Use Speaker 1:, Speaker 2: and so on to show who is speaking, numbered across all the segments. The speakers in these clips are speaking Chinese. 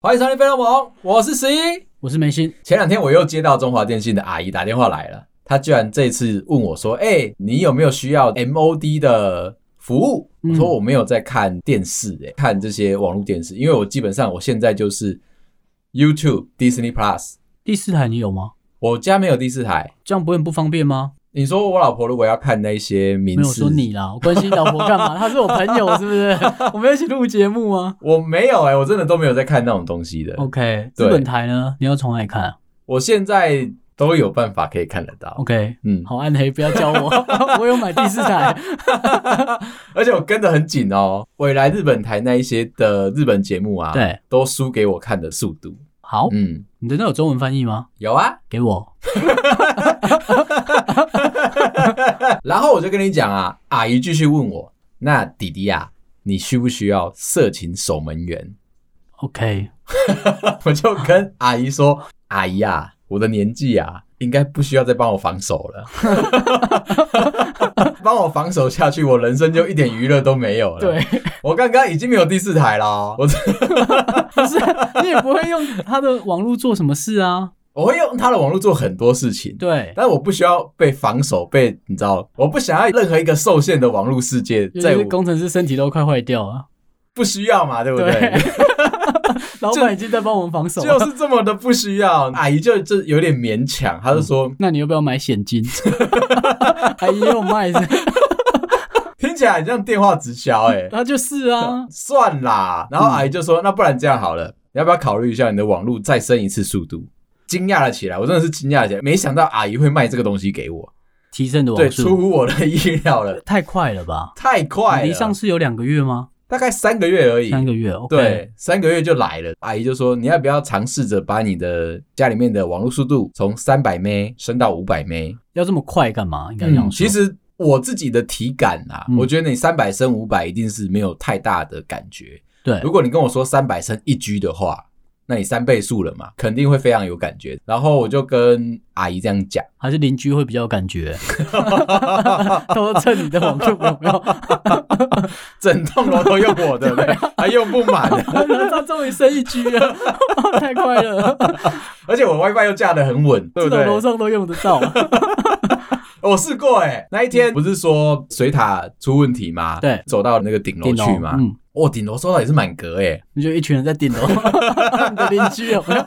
Speaker 1: 欢迎收听飞龙王，我是十一。
Speaker 2: 我是梅心，
Speaker 1: 前两天我又接到中华电信的阿姨打电话来了，她居然这次问我说：“哎、你有没有需要 MOD 的服务？”我说
Speaker 2: 嗯
Speaker 1: 我没有在看电视、哎，看这些网络电视，因为我基本上我现在就是 YouTube、Disney Plus，
Speaker 2: 第四台你有吗？
Speaker 1: 我家没有第四台。
Speaker 2: 这样不会很不方便吗？
Speaker 1: 你说我老婆如果要看那些
Speaker 2: 没
Speaker 1: 民
Speaker 2: 有我
Speaker 1: 事，
Speaker 2: 说你啦，我关心老婆 干嘛？她是我朋友，是不是？我们要一起录节目吗
Speaker 1: 我没有哎、我真的都没有在看那种东西的。
Speaker 2: ？OK，
Speaker 1: 对
Speaker 2: 日本台呢？你要从哪里看啊
Speaker 1: 我现在都有办法可以看得到。
Speaker 2: ？OK，
Speaker 1: 嗯，
Speaker 2: 好暗黑，不要教 我，我有买第四台。
Speaker 1: 而且我跟得很紧哦。未来日本台那一些的日本节目啊，，
Speaker 2: 对，
Speaker 1: 都输给我看的速度。
Speaker 2: 好，
Speaker 1: 嗯，
Speaker 2: 你真的有中文翻译吗？
Speaker 1: 有啊。
Speaker 2: 给我。
Speaker 1: 然后我就跟你讲啊，阿姨继续问我，那弟弟啊，你需不需要色情守门员？
Speaker 2: OK，
Speaker 1: 我就跟阿姨说，阿姨啊，我的年纪啊，应该不需要再帮我防守了。 帮我防守下去，我人生就一点娱乐都没有了。
Speaker 2: 对，，
Speaker 1: 我刚刚已经没有第四台了哦，我
Speaker 2: 不是你也不会用他的网络做什么事啊？
Speaker 1: 我会用他的网络做很多事情。
Speaker 2: 对，
Speaker 1: 但我不需要被防守，被你知道，我不想要任何一个受限的网络世界
Speaker 2: 尤其
Speaker 1: 在
Speaker 2: 嗯是
Speaker 1: 我
Speaker 2: 工程师身体都快坏掉了。
Speaker 1: 不需要嘛，对不对？
Speaker 2: 对 老板已经在帮我们防守
Speaker 1: 就
Speaker 2: 了。
Speaker 1: 是这么的不需要，阿姨就就有点勉强，
Speaker 2: 嗯
Speaker 1: 她就说、
Speaker 2: 那你要不要买险金？ 阿姨也有卖 是不是
Speaker 1: 听起来很像电话直销、欸，，
Speaker 2: 他就是啊嗯
Speaker 1: 算啦。然后阿姨就说，那不然这样好了，你要不要考虑一下你的网络再升一次速度？惊讶了起来，我真的是惊讶了起来，没想到阿姨会卖这个东西给我，
Speaker 2: 提升的
Speaker 1: 对，
Speaker 2: 网
Speaker 1: 出
Speaker 2: 速
Speaker 1: 乎我的意料了，
Speaker 2: 太快了吧？
Speaker 1: 太快
Speaker 2: 离上
Speaker 1: 了，
Speaker 2: 市有两个月吗？
Speaker 1: 大概三个月而已，
Speaker 2: 三个月，OK。
Speaker 1: 对，三个月就来了。阿姨就说：“你要不要尝试着把你的家里面的网络速度从三百 m 升到五百 m
Speaker 2: 要这么快干嘛？应该这样说。
Speaker 1: 嗯其实我自己的体感啊，
Speaker 2: 嗯
Speaker 1: 我觉得你三百升五百一定是没有太大的感觉。
Speaker 2: 对
Speaker 1: 如果你跟我说三百升一 G 的话，那你三倍速了嘛，肯定会非常有感觉。然后我就跟阿姨这样讲，
Speaker 2: 还是邻居会比较有 感觉，偷偷蹭你的网络有没有？
Speaker 1: 整栋楼都用我 的，还用不满，
Speaker 2: 他终于升一居了， 太快了，
Speaker 1: 而且我 WiFi 又架得很稳，对不
Speaker 2: 这种
Speaker 1: 对？
Speaker 2: 楼上都用得到。
Speaker 1: 我试过哎、那一天不是说水塔出问题吗？
Speaker 2: 对
Speaker 1: 走到那个顶楼
Speaker 2: 顶楼
Speaker 1: 去嘛。
Speaker 2: 嗯，
Speaker 1: 哦，顶楼收到也是满格哎、
Speaker 2: 你就一群人在 顶楼，你的邻居有没有？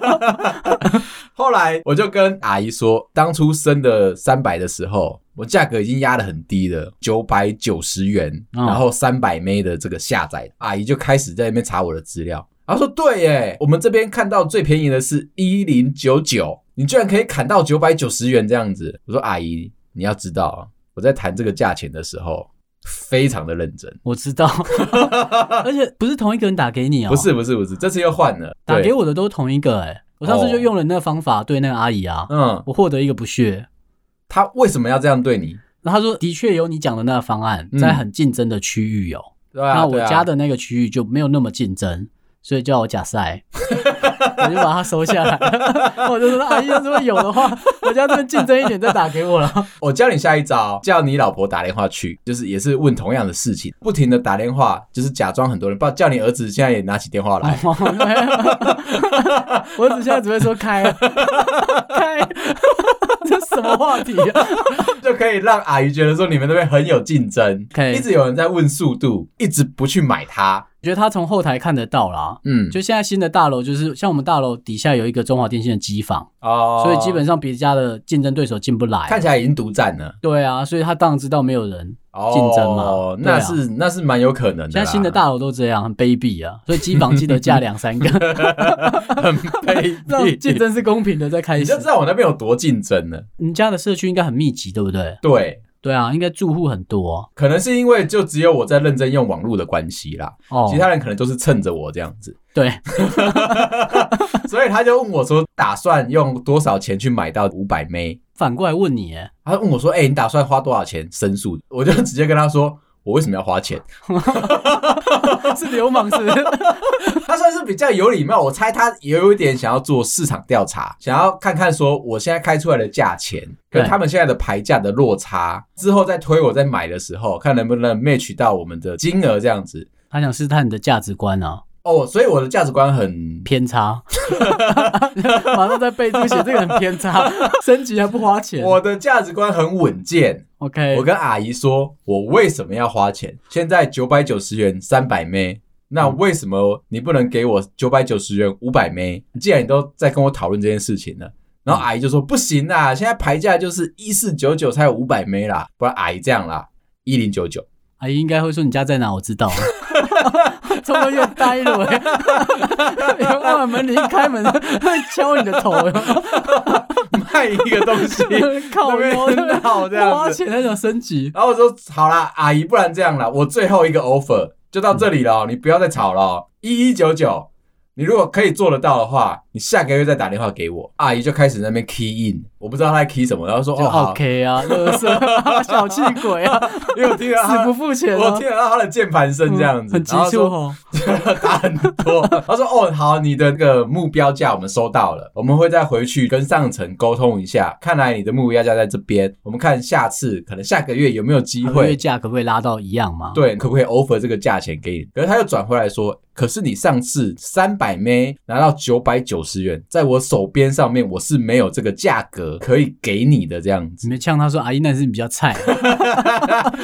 Speaker 1: 后来我就跟阿姨说，当初升的三百的时候，我价格已经压得很低了，九百九十元，
Speaker 2: 嗯
Speaker 1: 然后三百枚的这个下载，阿姨就开始在那边查我的资料。她说：“对耶，我们这边看到最便宜的是一零九九，你居然可以砍到九百九十元这样子。”我说：“阿姨，你要知道，我在谈这个价钱的时候非常的认真。”
Speaker 2: 我 知道，而且不是同一个人打给你哦，
Speaker 1: 不是不是不是，这次又换了。
Speaker 2: 打
Speaker 1: 对
Speaker 2: 给我的都是同一个哎。我上次就用了那个方法对那个阿姨啊，
Speaker 1: 哦嗯，
Speaker 2: 我获得一个不屑，
Speaker 1: 他为什么要这样对你？
Speaker 2: 然后他说，的确有你讲的那个方案，
Speaker 1: 嗯
Speaker 2: 在很竞争的区域有，
Speaker 1: 对啊，
Speaker 2: 那
Speaker 1: 对
Speaker 2: 我
Speaker 1: 啊
Speaker 2: 家的那个区域就没有那么竞争，所以叫我 假赛，我就把它收下来。 我就说，阿姨，要是有 的话，我家这边竞争一点再打给我了。。
Speaker 1: 我教你下一招，叫你老婆打电话去，就是也是问同样的事情，不停的打电话，就是假装很多人，不叫你儿子现在也拿起电话来
Speaker 2: 我只现在只会说 开开， 这什么话题啊？
Speaker 1: 就可以让阿姨觉得说你们那边很有竞争
Speaker 2: 可以
Speaker 1: 一直有人在问速度，一直不去买它。
Speaker 2: 我觉得他从后台看得到啦。
Speaker 1: 嗯，
Speaker 2: 就现在新的大楼，就是像我们大楼底下有一个中华电信的机房，
Speaker 1: 哦
Speaker 2: 所以基本上别家的竞争对手进不来。
Speaker 1: 看起来已经独占了，
Speaker 2: 对啊，所以他当然知道没有人。
Speaker 1: 哦
Speaker 2: 竞争嘛对
Speaker 1: 那
Speaker 2: 啊
Speaker 1: 是那是蛮有可能的啦。
Speaker 2: 现在新的大楼都这样，很卑鄙啊，所以机房记得架 两三个，
Speaker 1: 很 卑
Speaker 2: 让竞
Speaker 1: 鄙，
Speaker 2: 争是公平的再开
Speaker 1: 你
Speaker 2: 始
Speaker 1: 就。知道我那边有多竞争了。
Speaker 2: 你家的社区应该很密集，对不对？
Speaker 1: 对，
Speaker 2: 对啊，应该住户很多
Speaker 1: 可能是因为就只有我在认真用网络的关系啦，
Speaker 2: 哦
Speaker 1: 其。他人可能都是蹭着我这样 子，
Speaker 2: 对，
Speaker 1: 所以他就问我说，打算用多少钱去买到五百枚？
Speaker 2: 反过来问你，哎，
Speaker 1: 他问我说，哎、你打算花多少钱申诉？我就直接跟他说。我为什么要花钱？
Speaker 2: 是流氓是不是？
Speaker 1: 他算是比较有礼貌，我猜他也有一点想要做市场调查，想要看看说我现在开出来的价钱跟
Speaker 2: 对
Speaker 1: 他们现在的牌价的落差，之后再推我在买的时候，看能不能 match 到我们的金额这样子。
Speaker 2: 他想试探你的价值观啊，
Speaker 1: 哦，所以我的价值观很
Speaker 2: 偏差， 马上在备注写这个很偏差， 升级还不花钱。
Speaker 1: 我的价值观很稳健，
Speaker 2: OK，
Speaker 1: 我跟阿姨说，我为什么要花钱？现在九百九十元三百枚，那为什么你不能给我九百九十元五百枚？既然你都在跟我讨论这件事情了。然后阿姨就说：“不行啦，现在牌价就是一四九九才有五百枚啦，不然阿姨这样啦，一零九九。
Speaker 2: 阿姨应该会说你家在哪，我知道。啊 这么又呆了、欸，有没有门铃开门会敲你的头？有 没有
Speaker 1: 卖一个东西，
Speaker 2: 靠腰
Speaker 1: 那边闹这样子
Speaker 2: 花钱还想升级，
Speaker 1: 然后我说好啦，阿姨，不然这样啦，我最后一个 offer 就到这里了哦，你不要再吵了哦，一一九九。你如果可以做得到的话，你下个月再打电话给我。阿姨就开始在那边 key in，我不知道她在 key 什么，然后说
Speaker 2: 就
Speaker 1: 哦好，
Speaker 2: OK 啊，乐色、小气鬼啊，
Speaker 1: 因为我听到
Speaker 2: 死
Speaker 1: 她
Speaker 2: 不付钱啊
Speaker 1: 我，听得到她的键盘声这样子，
Speaker 2: 很急
Speaker 1: 然后
Speaker 2: 促
Speaker 1: 说
Speaker 2: 哦。
Speaker 1: 打很多。他说：“哦，好，你的那个目标价我们收到了，我们会再回去跟上层沟通一下。看来你的目标价在这边，我们看下次可能下个月有没有机
Speaker 2: 合约
Speaker 1: 会，
Speaker 2: 价可不可以拉到一样嘛？，
Speaker 1: 对，可不可以 offer 这个价钱给你？”可是他又转回来说：“可是你上次三百枚拿到九百九十元，在我手边上面我是没有这个价格可以给你的这样子。”
Speaker 2: 你们呛他说阿姨那是你比较菜，啊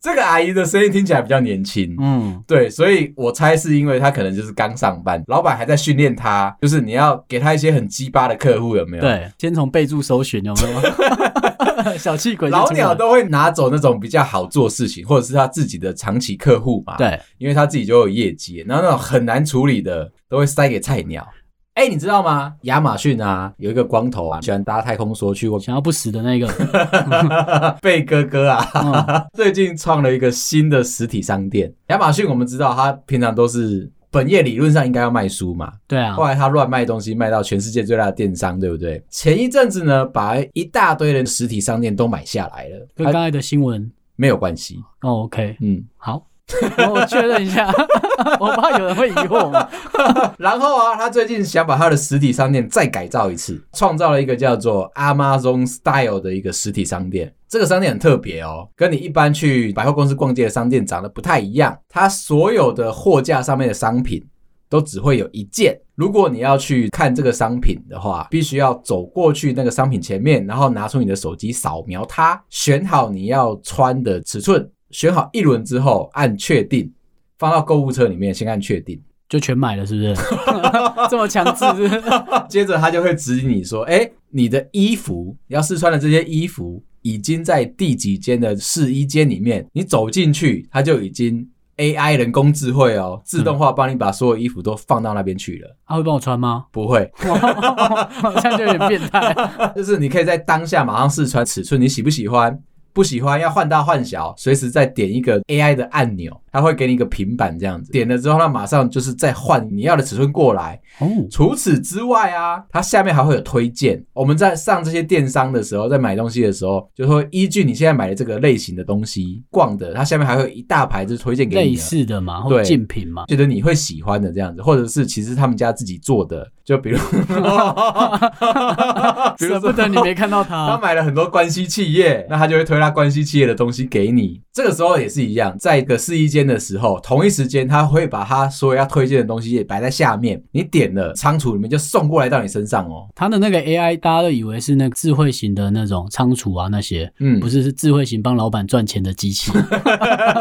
Speaker 1: 这个阿姨的声音听起来比较年轻，
Speaker 2: 嗯，
Speaker 1: 对，所以我猜是因为他可能就是刚上班，老板还在训练他，就是你要给他一些很鸡巴的客户，有没有？，
Speaker 2: 对，先从备注搜寻有没有？ 小气鬼就
Speaker 1: 老
Speaker 2: 出来
Speaker 1: 鸟都会拿走那种比较好做事情，或者是他自己的长期客户嘛。，
Speaker 2: 对，
Speaker 1: 因为他自己就有业绩，然后那种很难处理的都会塞给菜鸟。哎、你知道吗？亚马逊啊，有一个光头啊，喜欢搭太空梭去过
Speaker 2: 想要不死的那个，
Speaker 1: 贝哥哥啊，
Speaker 2: 嗯，
Speaker 1: 最近创了一个新的实体商店。亚马逊我们知道，他平常都是本业理论上应该要卖书嘛，
Speaker 2: 对啊
Speaker 1: 后，来他乱卖东西，卖到全世界最大的电商，对不对？前一阵子呢，把一大堆的实体商店都买下来了，
Speaker 2: 跟
Speaker 1: 啊
Speaker 2: 刚才的新闻
Speaker 1: 没有关系，
Speaker 2: 哦，OK，
Speaker 1: 嗯。
Speaker 2: 好，我确认一下， 我怕有人会疑惑嘛。
Speaker 1: 然后啊，他最近想把他的实体商店再改造一次，创造了一个叫做 Amazon Style 的一个实体商店。这个商店很特别哦，跟你一般去百货公司逛街的商店长得不太一样。它所有的货架上面的商品都只会有一件。如果你要去看这个商品的话，必须要走过去那个商品前面，然后拿出你的手机扫描它，选好你要穿的尺寸，选好一轮之后按确定，放到购物车里面先按确定。
Speaker 2: 就全买了，是不 是？这么强制是不是？
Speaker 1: 接着他就会指引你说：“哎、你的衣服，你要试穿的这些衣服，已经在第几间的试衣间里面，你走进去，它就已经 AI 人工智慧哦，自动化帮你把所有衣服都放到那边去了。”
Speaker 2: 他会帮我穿吗？
Speaker 1: 不会，
Speaker 2: 好像就有点变态。
Speaker 1: 就是你可以在当下马上试穿尺寸，你喜不喜欢？不喜欢要换大换小，随时再点一个 AI 的按钮，它会给你一个平板这样子。点了之后，它马上就是再换你要的尺寸过来，
Speaker 2: 哦，
Speaker 1: 除此之外啊，它下面还会有推荐。我们在上这些电商的时候，在买东西的时候，就会依据你现在买的这个类型的东西逛的，它下面还会有一大排就是推荐给
Speaker 2: 类
Speaker 1: 你的。
Speaker 2: 似的嘛，或
Speaker 1: 对
Speaker 2: 者竞品嘛。
Speaker 1: 觉得你会喜欢的这样子，或者是其实他们家自己做的，就比如， 比如
Speaker 2: 舍不
Speaker 1: 说
Speaker 2: 得你没看到
Speaker 1: 他
Speaker 2: 他，
Speaker 1: 买了很多关系企业，那他就会推他关系企业的东西给你。这个时候也是一样，在一个试衣间的时候，同一时间他会把他所有要推荐的东西也摆在下面，你点了仓储里面就送过来到你身上哦。
Speaker 2: 他的那个 AI 大家都以为是那个智慧型的那种仓储啊那些，
Speaker 1: 嗯
Speaker 2: 不，是是智慧型帮老板赚钱的 机器，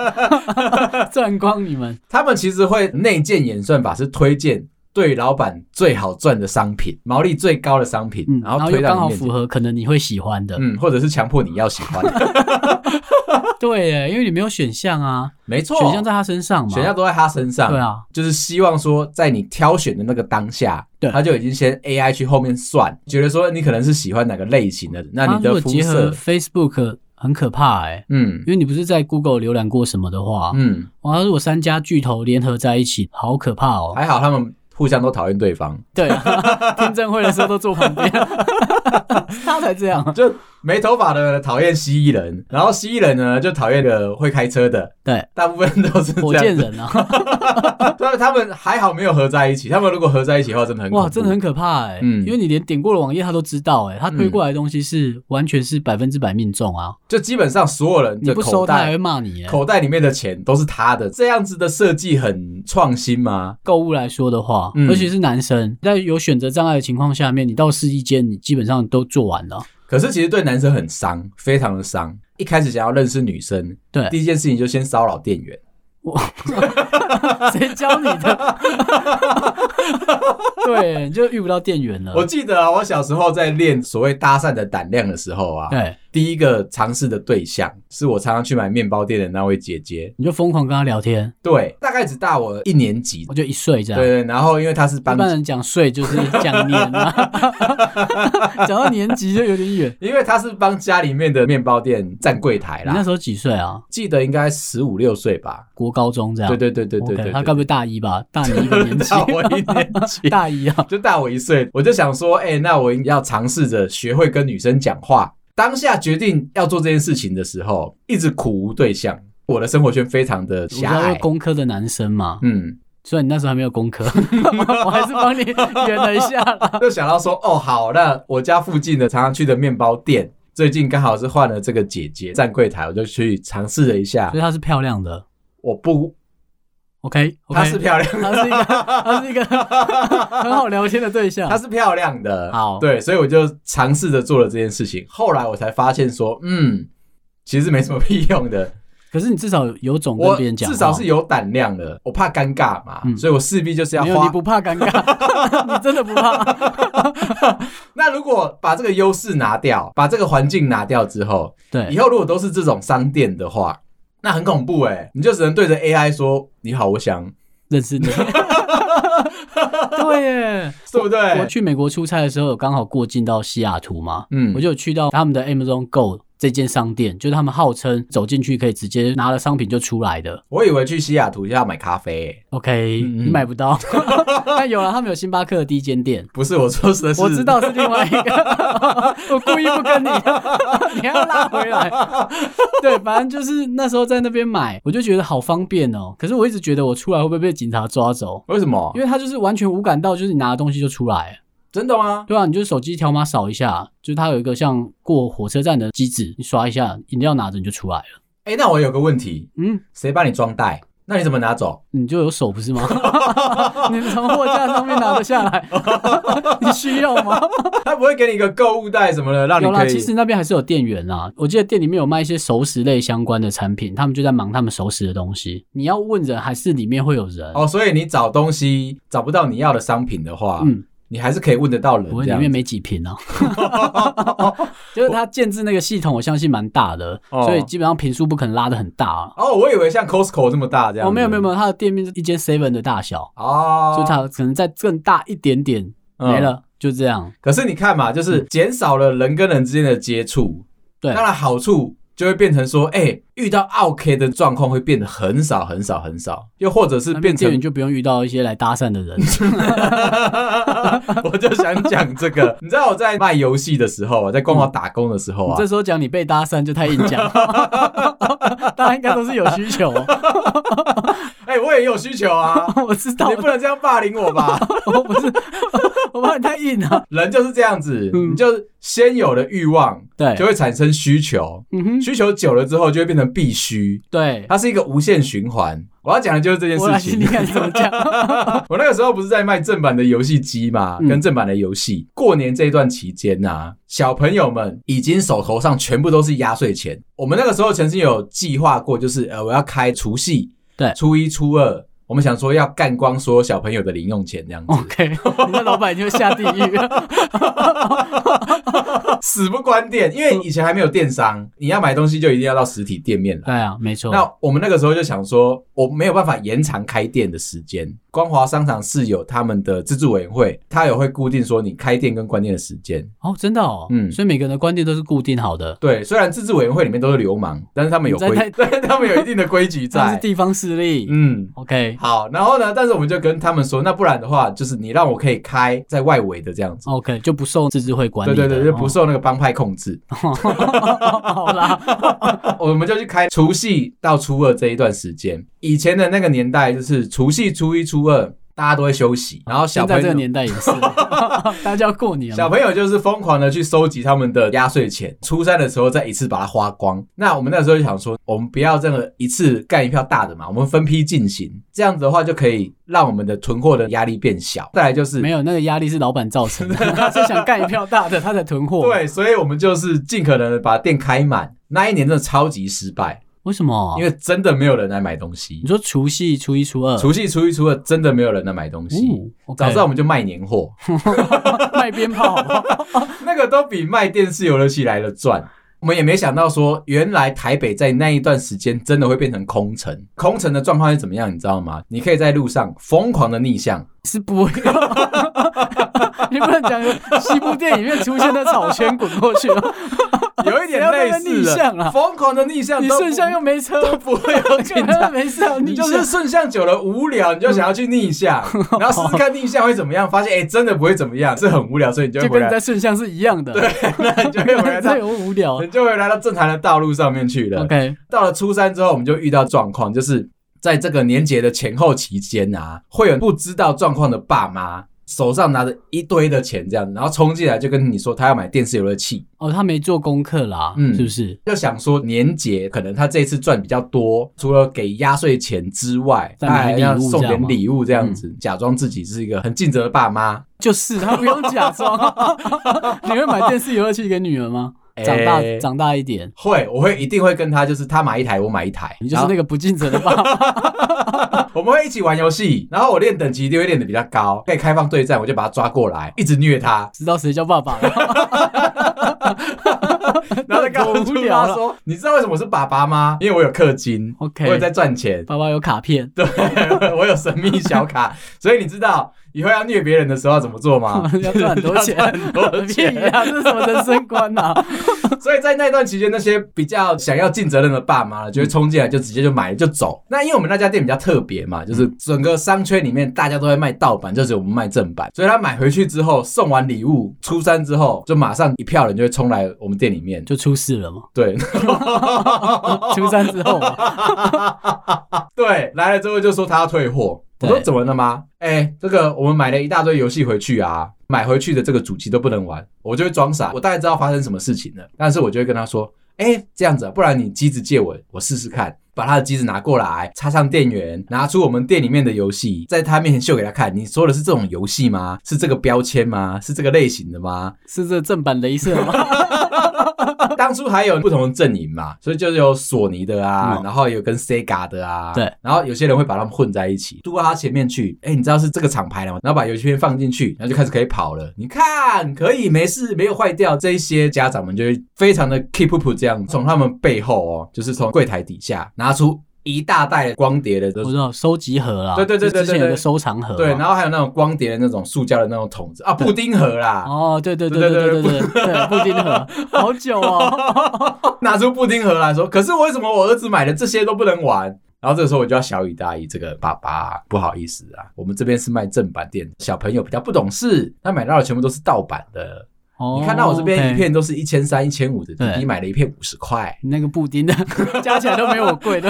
Speaker 2: 赚光你们。
Speaker 1: 他们其实会内建演算法，是推荐对老板最好赚的商品，毛利最高的商品，
Speaker 2: 嗯，
Speaker 1: 然后
Speaker 2: 又
Speaker 1: 推
Speaker 2: 刚
Speaker 1: 到你
Speaker 2: 好
Speaker 1: 面
Speaker 2: 符
Speaker 1: 前。
Speaker 2: 合可能你会喜欢的。
Speaker 1: 嗯，或者是强迫你要喜 欢，
Speaker 2: 对耶，因为你没有选项啊，
Speaker 1: 没错，
Speaker 2: 选项在他身上嘛。
Speaker 1: 选项都在他身上。
Speaker 2: 对啊，
Speaker 1: 就是希望说，在你挑选的那个当下，
Speaker 2: 对
Speaker 1: 他就已经先 AI 去后面算，觉得说你可能是喜欢哪个类型的，那
Speaker 2: 他
Speaker 1: 你
Speaker 2: 啊如
Speaker 1: 的
Speaker 2: 果
Speaker 1: 肤
Speaker 2: 结
Speaker 1: 色，
Speaker 2: 合 Facebook 很可怕哎、
Speaker 1: 嗯
Speaker 2: 因为你不是在 Google 浏览过什么的话，
Speaker 1: 嗯，
Speaker 2: 哇，如果三家巨头联合在一起，好可怕哦！
Speaker 1: 还好他们互相都讨厌对方，
Speaker 2: 对、啊，听证会的时候都坐旁边，他才这样。
Speaker 1: 就没头发的呢讨厌蜥蜴人，然后蜥蜴人呢就讨厌的会开车的，
Speaker 2: 对，
Speaker 1: 大部分都是这样
Speaker 2: 火箭人啊，
Speaker 1: 他们他们还好没有合在一起，他们如果合在一起的话，真的很恐怖
Speaker 2: 哇，真的很可怕哎、
Speaker 1: 嗯
Speaker 2: 因为你连点过的网页他都知道哎、他推过来的东西是完全是百分之百命中啊，
Speaker 1: 就基本上所有人
Speaker 2: 你
Speaker 1: 的
Speaker 2: 不收
Speaker 1: 口
Speaker 2: 他还会
Speaker 1: 袋
Speaker 2: 骂你哎、
Speaker 1: 口袋里面的钱都是他的，这样子的设计很创新吗？
Speaker 2: 购物来说的话，
Speaker 1: 嗯
Speaker 2: 尤其是男生，在有选择障碍的情况下面，你到试衣间，你基本上都做 完了。
Speaker 1: 可是其实对男生很伤，非常的伤。一开始想要认识女生，
Speaker 2: 对
Speaker 1: 第一件事情就先骚扰店员，
Speaker 2: 谁教你的？ 对，你就遇不到店员了。
Speaker 1: 我记得啊，我小时候在练所谓搭讪的胆量的时候啊，
Speaker 2: 对，
Speaker 1: 第一个尝试的对象是我常常去买面包店的那位姐姐，
Speaker 2: 你就疯狂跟他聊天，
Speaker 1: 对，大概只大我一年级，
Speaker 2: 我就一睡这
Speaker 1: 对
Speaker 2: 样。
Speaker 1: 对，然后因为她是
Speaker 2: 啊一
Speaker 1: 班，
Speaker 2: 般人讲睡就是讲年 啊，讲到年级就有点远。
Speaker 1: 因为她是帮家里面的面包店站柜台
Speaker 2: 你那
Speaker 1: 啦，
Speaker 2: 时候几岁啊？
Speaker 1: 记得应该十五六岁吧，
Speaker 2: 国高中这样？
Speaker 1: 对对对对对
Speaker 2: 啊 OK，
Speaker 1: 对，
Speaker 2: 他该不会大一吧？大你一个年 级，。
Speaker 1: 大我一年级
Speaker 2: 大一啊，
Speaker 1: 就 大我一岁，我就想说，哎、那我要尝试着学会跟女生讲话。当下决定要做这件事情的时候，一直苦无对象，我的生活圈非常的
Speaker 2: 我知
Speaker 1: 狭
Speaker 2: 道
Speaker 1: 隘
Speaker 2: 是。工科的男生嘛，
Speaker 1: 嗯，
Speaker 2: 虽然你那时候还没有工科， 我还是 帮你圆了一下啦。
Speaker 1: 就想到说，哦，好，那我家附近的常常去的面包店，最近刚好是换了这个姐姐站柜台，我就去尝试了一下
Speaker 2: 所。以她是漂亮的。
Speaker 1: 我不，
Speaker 2: OK，, o k
Speaker 1: 她是漂 亮，
Speaker 2: 她是一个，她是一个 很好聊天的对象。
Speaker 1: 她是漂亮的。
Speaker 2: 好
Speaker 1: 对，所以我就尝试着做了这件事情。后来我才发现说，嗯，其实没什么屁用的。
Speaker 2: 可是你至少有种跟
Speaker 1: 我
Speaker 2: 别人讲话，
Speaker 1: 至少是有胆量的，我怕尴尬嘛，
Speaker 2: 嗯
Speaker 1: 所以我势必就是要
Speaker 2: 没有你
Speaker 1: 花。
Speaker 2: 不怕尴尬， 你真的不怕？
Speaker 1: 那如果把这个优势拿掉，把这个环境拿掉之后，以
Speaker 2: 对，
Speaker 1: 后如果都是这种商店的话，那很恐怖哎、你就只能对着 AI 说：“你好，我想，
Speaker 2: 认识你。 对耶，
Speaker 1: 对不对
Speaker 2: 我去美国出差的时候，有刚好过境到西雅图嘛？”，
Speaker 1: 嗯，
Speaker 2: 我就有去到他们的 Amazon Go 这间商店，就是他们号称走进去可以直接拿了商品就出来的。
Speaker 1: 我以为去西雅图就要买咖啡、欸，
Speaker 2: OK，、
Speaker 1: 嗯嗯
Speaker 2: 你买不到， 但有了，他们有星巴克的第一间店。
Speaker 1: 不是我说的是，
Speaker 2: 我知，道是另外一个， 我故意不跟你， 你还要拉回来。对，反正就是那时候在那边买，我就觉得好方便哦。可是我一直觉得我出来会不会被警察抓走，
Speaker 1: 为什么
Speaker 2: 因？为他就是完全无感到，就是你拿的东西就出来。
Speaker 1: 真的吗？
Speaker 2: 对啊，你就手机条码扫一下，就是它有一个像过火车站的机制，你刷一下，饮料拿着你就出来了。
Speaker 1: 哎、那我有个问题，
Speaker 2: 嗯，
Speaker 1: 谁帮你装袋？那你怎么拿走？
Speaker 2: 你就有手不是吗？ 你从货架上面拿得下来， 你需要吗？
Speaker 1: 他不会给你一个购物袋什么的，让你
Speaker 2: 有啦，
Speaker 1: 可以
Speaker 2: 其实那边还是有店员啦。我记得店里面有卖一些熟食类相关的产品，他们就在忙他们熟食的东西。你要问人，还是里面会有人？
Speaker 1: 哦。所以你找东西找不到你要的商品的话，
Speaker 2: 嗯，
Speaker 1: 你还是可以问得到人
Speaker 2: 我
Speaker 1: 这
Speaker 2: 里
Speaker 1: 样
Speaker 2: 面。没几瓶啊。 就是他建制那个系统，我相信蛮大的，
Speaker 1: 哦
Speaker 2: 所以基本上瓶数不可能拉得很大啊。
Speaker 1: 哦，我以为像 Costco 这么大这样。
Speaker 2: 哦，没有没有没有，它的店面是一间 seven 的大小，
Speaker 1: 有，哦，
Speaker 2: 所以它可能再更大一点点，
Speaker 1: 嗯
Speaker 2: 没了，就这样。
Speaker 1: 可是你看嘛，就是减少了人跟人之间的接触，
Speaker 2: 对
Speaker 1: 当然好处就会变成说，哎、遇到 OK 的状况会变得很少很少很少，又或者是
Speaker 2: 那
Speaker 1: 变
Speaker 2: 边店
Speaker 1: 成
Speaker 2: 员，就不用遇到一些来搭讪的人。
Speaker 1: 我就想讲这个，你知道我在卖游戏的时候啊，在光华打工的时候
Speaker 2: 你
Speaker 1: 啊，
Speaker 2: 这时候讲你被搭讪就太硬 讲了，大家应该都是有需求，
Speaker 1: 哎、我也有需求啊，
Speaker 2: 我知道
Speaker 1: 你，不能这样霸凌我 吧？
Speaker 2: 我不是，我怕你太硬啊 了、
Speaker 1: 人就是这样子，
Speaker 2: 嗯
Speaker 1: 你就先有了欲望，
Speaker 2: 对
Speaker 1: 就，会产生需求，
Speaker 2: 嗯 哼，
Speaker 1: 需求久了之后就会变成必须，
Speaker 2: 对，
Speaker 1: 它是一个无限循环。我要讲的就是这件
Speaker 2: 我来
Speaker 1: 事
Speaker 2: 听
Speaker 1: 情
Speaker 2: 听。看你怎么讲。
Speaker 1: 我那个时候不是在卖正版的游戏机嘛，
Speaker 2: 嗯
Speaker 1: 跟正版的游戏。过年这一段期间呐、小朋友们已经手头上全部都是压岁钱。我们那个时候曾经有计划过，就是呃，我要开除夕，
Speaker 2: 对
Speaker 1: 初一、初二，我们想说要干光所有小朋友的零用钱这样子，
Speaker 2: OK，你那老板就下地 狱，
Speaker 1: 死不关店，因为以前还没有电商，你要买东西就一定要到实体店面来。
Speaker 2: 对啊，没错，
Speaker 1: 那我们那个时候就想说，我没有办法延长开店的时间。光华商场是有他们的自助委员会，他也会固定说你开店跟关店的时间。
Speaker 2: 哦，真的哦，
Speaker 1: 嗯
Speaker 2: 所以每个人的观点都是固定好的，
Speaker 1: 对，虽然自治委员会里面都是流氓，但是他们有
Speaker 2: 你在
Speaker 1: 规，对，他们有一定的规矩
Speaker 2: 他是
Speaker 1: 在。
Speaker 2: 地方势力
Speaker 1: 嗯，
Speaker 2: ，OK，对，
Speaker 1: 好，然后呢，但是我们就跟他们说，那不然的话，就是你让我可以开在外围的这样子。
Speaker 2: OK，就不受自治会管理
Speaker 1: 对
Speaker 2: 的，
Speaker 1: 对对，就不
Speaker 2: 哦
Speaker 1: 受那个帮派控制，
Speaker 2: 好啦，
Speaker 1: 我们就去开除夕到初二这一段时间。以前的那个年代，就是除夕、初一、初二，大家都会休息，然后小
Speaker 2: 现
Speaker 1: 朋
Speaker 2: 在这
Speaker 1: 友
Speaker 2: 个年代也 是，大家要过年
Speaker 1: 小
Speaker 2: 了，
Speaker 1: 朋友就是疯狂的去收集他们的压岁钱，初三的时候再一次把它花光。那我们那时候就想说，我们不要这个一次干一票大的嘛，我们分批进行，这样子的话就可以让我们的囤货的压力变小。再来就是
Speaker 2: 没有那个压力是老板造 成的，他是想干一票大的，他才囤货。，
Speaker 1: 对，所以我们就是尽可能的把店开满。那一年真的超级失败，
Speaker 2: 为什么
Speaker 1: 因？为真的没有人来买东西
Speaker 2: 你。说除夕、初一、初二，
Speaker 1: 除夕、初一、初二真的没有人来买东西。
Speaker 2: 哦，OK
Speaker 1: 早知道我们就卖年货，
Speaker 2: 卖鞭炮好不好，
Speaker 1: 那个都比卖电视游乐器来的赚。我们也没想到说，原来台北在那一段时间真的会变成空城。空城的状况是怎么样，你知道吗？你可以在路上疯狂的逆 向，
Speaker 2: 是不要。你不能讲西部电影里面出现的草圈滚过去，
Speaker 1: 有一点类似
Speaker 2: 谁要在那逆
Speaker 1: 了
Speaker 2: 向啊
Speaker 1: 疯狂的逆向
Speaker 2: 你
Speaker 1: 都不，
Speaker 2: 顺向又没车，。
Speaker 1: 都不会有警察
Speaker 2: 没事啊，
Speaker 1: 你
Speaker 2: 逆
Speaker 1: 就
Speaker 2: 向
Speaker 1: 是顺向久了无聊，你就想要去逆 向，然后试试看逆向会怎么样，发现哎、真的不会怎么样，是很无聊，所以你就会
Speaker 2: 就
Speaker 1: 回
Speaker 2: 跟你
Speaker 1: 来，
Speaker 2: 在顺向是一样的，
Speaker 1: 那 你就会回来到
Speaker 2: 这，有无聊。
Speaker 1: 你就会来到正常的道路上面去了。
Speaker 2: OK，
Speaker 1: 到了初三之后，我们就遇到状况，就是在这个年节的前后期间啊，会有不知道状况的爸妈手啊上拿着一堆的钱这样子，然后冲进来就跟你说他要买电视游乐器，
Speaker 2: 哦，他没做功课啦，
Speaker 1: 嗯
Speaker 2: 是不是？
Speaker 1: 就想说年节可能他这次赚比较多，除了给压岁钱之外，
Speaker 2: 再
Speaker 1: 他还
Speaker 2: 买礼物
Speaker 1: 要送
Speaker 2: 这样
Speaker 1: 点
Speaker 2: 吗
Speaker 1: 礼物这样
Speaker 2: 嗯
Speaker 1: 子，假装自己是一个很尽责的爸妈。
Speaker 2: 就是他不用假 装。你会买电视游乐器给女儿吗？长大
Speaker 1: 哎
Speaker 2: 长大一点，
Speaker 1: 会，我会一定会跟他，就是他买一台，我买一台，
Speaker 2: 你 就是那个不尽责的爸爸。
Speaker 1: 我们会一起玩游戏，然后我练等级一定会练得比较高，可以开放对战，我就把他抓过来，一直虐他，
Speaker 2: 知道谁叫爸爸了？
Speaker 1: 然后再告
Speaker 2: 多
Speaker 1: 诉
Speaker 2: 无聊
Speaker 1: 他
Speaker 2: 啊
Speaker 1: 说：“你知道为什么我是爸爸吗？因为我有氪金
Speaker 2: OK
Speaker 1: 我有在赚
Speaker 2: ，
Speaker 1: 钱
Speaker 2: 爸爸有卡片，
Speaker 1: 对，我有神秘小 卡，所以你知道以后要虐别人的时候要怎么做吗
Speaker 2: 啊？要赚很多钱
Speaker 1: 要赚很多
Speaker 2: 屁
Speaker 1: 钱。
Speaker 2: 呀，这是什么人生观 呐？
Speaker 1: 所以在那段期间，那些比较想要尽责任的爸
Speaker 2: 嗯
Speaker 1: 妈就会冲进来，就直接就买了就走。那因为我们那家店比较特别嘛，就是
Speaker 2: 嗯
Speaker 1: 整个商圈里面大家都在卖盗版，就只有我们卖正版。所以他买回去之后，送完礼物，初三之后就马上一票人就会冲来我们店里面，
Speaker 2: 就出事了嘛，对，初三之后嘛，
Speaker 1: 对，来了之后就说他要退货。我说
Speaker 2: 对
Speaker 1: 怎么了吗？哎、这个我们买了一大堆游戏回去啊，买回去的这个主机都不能玩，我就会装傻，我大概知道发生什么事情了，但是我就会跟他说，哎、这样子、啊，不然你机子借我，我试试看。把他的机子拿过来，插上电源，拿出我们店里面的游戏，在他面前秀给他看。你说的是这种游戏吗？是这个标签吗？是这个类型的吗？
Speaker 2: 是这正版镭射 吗？
Speaker 1: 当初还有不同的阵营嘛，所以就是有索尼的啊，
Speaker 2: 嗯
Speaker 1: 然后有跟 Sega 的啊，
Speaker 2: 对，
Speaker 1: 然后有些人会把他们混在一起，渡到他前面去，哎、你知道是这个厂牌了吗？然后把游戏片放进去，然后就开始可以跑了。你看，可以，没事，没有坏掉。这一些家长们就会非常的 keep up 这样，
Speaker 2: 嗯
Speaker 1: 从他们背后哦，就是从柜台底下拿出一大袋光碟的，
Speaker 2: 我知道收集盒啦，
Speaker 1: 对对对对对对
Speaker 2: 之前有个收藏盒嘛，
Speaker 1: 对，然后还有那种光碟的那种塑胶的那种桶子啊，布丁盒啦，
Speaker 2: 哦，对对对
Speaker 1: 对对
Speaker 2: 对对对对对，布丁盒，好久哦，
Speaker 1: 拿出布丁盒来说，可是为什么我儿子买的这些都不能玩？然后这个时候我就要小雨大意，这个爸爸啊、不好意思啊，我们这边是卖正版店，小朋友比较不懂事，他买到的全部都是盗版的。
Speaker 2: 哦
Speaker 1: 你看到我这边
Speaker 2: OK
Speaker 1: 一片都是一千三、一千五的，
Speaker 2: 对
Speaker 1: 弟弟买了一片五十块，
Speaker 2: 那个布丁的 加起来都没有我贵的。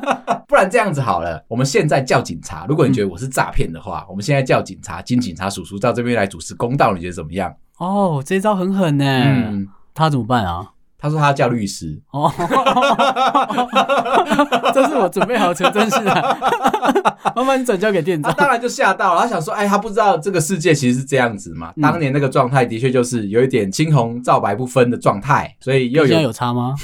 Speaker 1: 不然这样子好了，我们现在叫警察。如果你觉得我是诈骗的话，我们现在叫警察，金警察叔叔到这边来主持公道，你觉得怎么样？
Speaker 2: 哦，这招很狠呢、
Speaker 1: 嗯，
Speaker 2: 他怎么办啊？
Speaker 1: 他说他要叫律师，
Speaker 2: 哦，这是我准备好陈真是的， 麻烦你啊转交给店
Speaker 1: 他
Speaker 2: 长。
Speaker 1: 当然就吓到了，他想说，哎，他不知道这个世界其实是这样子嘛。
Speaker 2: 嗯
Speaker 1: 当年那个状态的确就是有一点青红皂白不分的状态，所以又
Speaker 2: 现在
Speaker 1: 有
Speaker 2: 有差吗？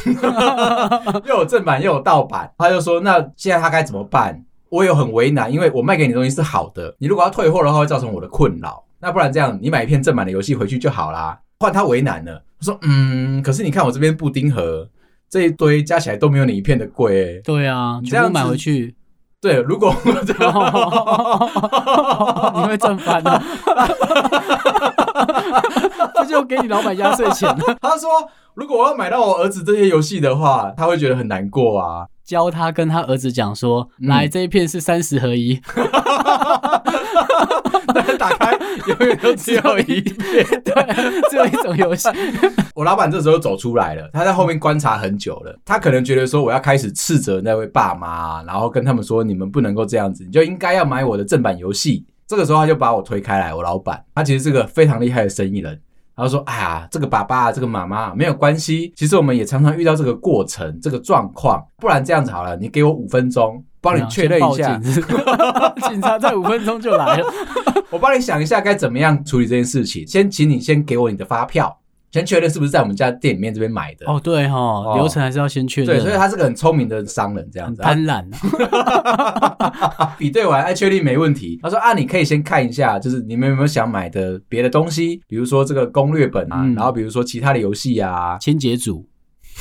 Speaker 1: 又有正版又有盗版，他就说，那现在他该怎么办？我有很为难，因为我卖给你的东西是好的，你如果要退货的话，会造成我的困扰。那不然这样，你买一片正版的游戏回去就好啦。换他为难了，他说，嗯，可是你看我这边布丁盒这一堆加起来都没有你一片的贵、欸。
Speaker 2: 对啊，
Speaker 1: 你这
Speaker 2: 全
Speaker 1: 样
Speaker 2: 部
Speaker 1: 子
Speaker 2: 买回去，
Speaker 1: 对，如果我这样。
Speaker 2: 你会正翻的、 这就给你老板 压岁钱了。
Speaker 1: 他说，如果我要买到我儿子这些游戏的话，他会觉得很难过啊。
Speaker 2: 教他跟他儿子讲说，来这一片是三十合 一，
Speaker 1: 打开永远都只有一片。
Speaker 2: 对，只有一种游戏。
Speaker 1: 我老板这时候走出来了，他在后面观察很久了，他可能觉得说我要开始斥责那位爸妈，然后跟他们说你们不能够这样子，你就应该要买我的正版游戏。这个时候他就把我推开来，我老板，他其实是个非常厉害的生意人。然后说：“哎呀，这个爸爸，这个妈妈没有关系。其实我们也常常遇到这个过程，这个状况。不然这样子好了，你给我五分钟，帮你确认一下，
Speaker 2: 先报 警警察在五分钟就来了。
Speaker 1: 我帮你想一下该怎么样处理这件事情。先请你先给我你的发票，先确认是不是在我们家店里面这边买的。
Speaker 2: 哦，对哈，流程还是要先确认。
Speaker 1: 对，所以他是个很聪明的商人，这样
Speaker 2: 很
Speaker 1: 子。他
Speaker 2: 贪婪啊，
Speaker 1: 比对完，哎，确定没问题。他说啊，你可以先看一下，就是你们有没有想买的别的东西，比如说这个攻略本啊，
Speaker 2: 嗯
Speaker 1: 然后比如说其他的游戏啊。
Speaker 2: 清洁组。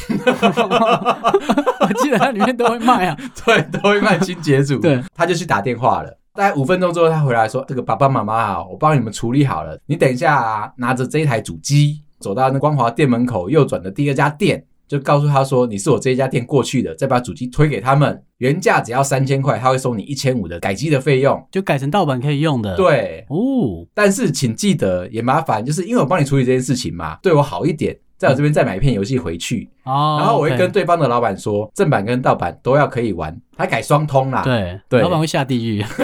Speaker 2: 我记得它里面都会卖啊，
Speaker 1: 对，都会卖清洁组。
Speaker 2: 对，
Speaker 1: 他就去打电话了。大概五分钟之后，他回来说：“这个爸爸妈妈好，我帮你们处理好了。你等一下、啊，拿着这一台主机走到那光华店门口右转的第二家店，就告诉他说你是我这一家店过去的，再把主机推给他们，原价只要三千块，他会收你一千五的改机的费用。
Speaker 2: 就改成盗版可以用的。，
Speaker 1: 对，
Speaker 2: 哦，
Speaker 1: 但是请记得也麻烦，就是因为我帮你处理这件事情嘛，对我好一点，在我这边再买一片游戏回去，
Speaker 2: 哦，
Speaker 1: 然后我会
Speaker 2: OK
Speaker 1: 跟对方的老板说，正版跟盗版都要可以玩，他改双通啦。
Speaker 2: 对
Speaker 1: 对呃
Speaker 2: 老板会下地狱。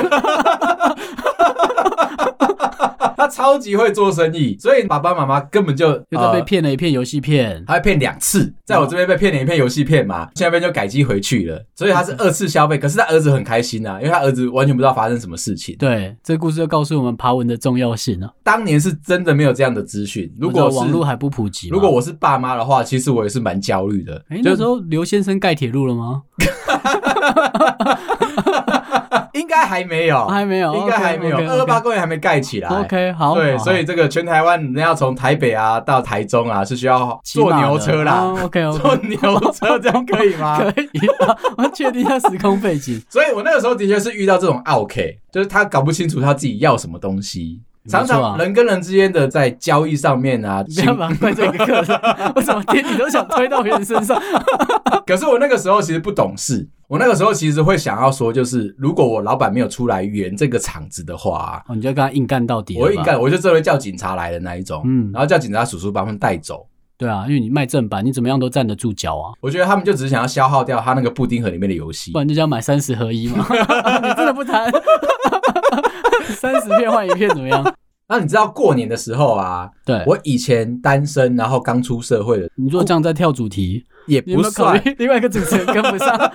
Speaker 1: 他超级会做生意，所以爸爸妈妈根本就
Speaker 2: 又在被
Speaker 1: 呃
Speaker 2: 骗了一片游戏片，
Speaker 1: 他被骗两次，在我这边被骗了一片游戏骗嘛，去那边就改机回去了，所以他是二次消费。可是他儿子很开心啊，因为他儿子完全不知道发生什么事情。
Speaker 2: 对，这故事就告诉我们爬文的重要性啊。
Speaker 1: 当年是真的没有这样的资讯，如
Speaker 2: 我
Speaker 1: 果
Speaker 2: 知道网
Speaker 1: 是
Speaker 2: 络还啊不普及嘛，
Speaker 1: 如果我是爸妈的话，其实我也是蛮焦虑的
Speaker 2: 哎、，那
Speaker 1: 就
Speaker 2: 时候刘先生盖铁路了吗？
Speaker 1: 应该还没有，
Speaker 2: 还没有，
Speaker 1: 哦
Speaker 2: 哦
Speaker 1: 应该还没有，二二八公园还没盖起来。
Speaker 2: OK，好，
Speaker 1: 对，
Speaker 2: 好
Speaker 1: 所以这个全台湾人要从台北啊到台中啊是需要坐牛车啦，
Speaker 2: OK
Speaker 1: 坐
Speaker 2: OK，
Speaker 1: 牛车这样可以吗？
Speaker 2: 哦 可以，啊我确定一下时空背景。
Speaker 1: 所以我那个时候的确是遇到这种 OK，就是他搞不清楚他自己要什么东西。
Speaker 2: 没错啊
Speaker 1: 常常人跟人之间的在交易上面 啊，
Speaker 2: 你不要把它怪罪给客人， 我怎么听你都想推到别人身上？
Speaker 1: 可是我那个时候其实不懂事，我那个时候其实会想要说，就是如果我老板没有出来圆这个场子的话啊、
Speaker 2: 哦，你就跟他硬干到底了吧。
Speaker 1: 我会干，我就真的会叫警察来的那一种，
Speaker 2: 嗯
Speaker 1: 然后叫警察叔叔把他们带走。
Speaker 2: 对啊，因为你卖正版，你怎么样都站得住脚啊，
Speaker 1: 我觉得他们就只是想要消耗掉他那个布丁盒里面的游戏
Speaker 2: 不，然就叫买三十合一嘛。 你真的不谈，三十片换一片怎么样？
Speaker 1: 那你知道过年的时候啊，
Speaker 2: 对，
Speaker 1: 我以前单身，然后刚出社会的，
Speaker 2: 你如果这样再跳主题，
Speaker 1: 也
Speaker 2: 你有
Speaker 1: 不
Speaker 2: 没有考
Speaker 1: 算
Speaker 2: 虑另外一个主持人跟 不上？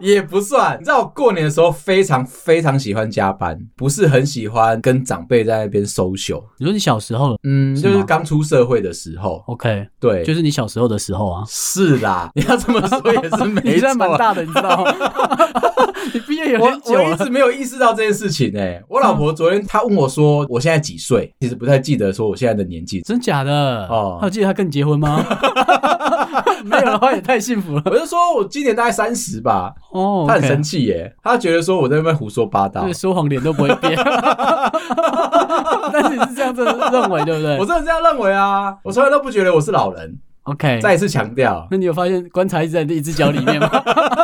Speaker 1: 也不算。你知道我过年的时候非常非常喜欢加班，不是很喜欢跟长辈在那边 social。
Speaker 2: 你说你小时候
Speaker 1: 嗯，
Speaker 2: 是
Speaker 1: 就
Speaker 2: 吗
Speaker 1: 是刚出社会的时候，
Speaker 2: ，OK，
Speaker 1: 对，
Speaker 2: 就是你小时候的时候啊。
Speaker 1: 是啦。你要这么说也是
Speaker 2: 你
Speaker 1: 没
Speaker 2: 现在蛮
Speaker 1: 错。啊
Speaker 2: 大的，你知道吗？ 你毕业有
Speaker 1: 我
Speaker 2: 点久
Speaker 1: 我一
Speaker 2: 了，
Speaker 1: 直没有意识到这件事情诶、我老婆昨天她问我说我现在几岁，其实不太记得说我现在的年纪。
Speaker 2: 真假的？
Speaker 1: 哦
Speaker 2: 他有记得他跟你结婚吗？ 没有的话也太幸福了
Speaker 1: 我就说我今年大概三十吧，
Speaker 2: 哦。
Speaker 1: 她很生气耶、她觉得说我在那边胡说八道
Speaker 2: 对，。说谎脸都不会变。 但是你是这样子认为，对不
Speaker 1: 我
Speaker 2: 对
Speaker 1: 真的这样认为啊，我从来都不觉得我是老人。
Speaker 2: ？OK，
Speaker 1: 再一次强调，
Speaker 2: 那你有发现棺材一直在你一只脚里面吗？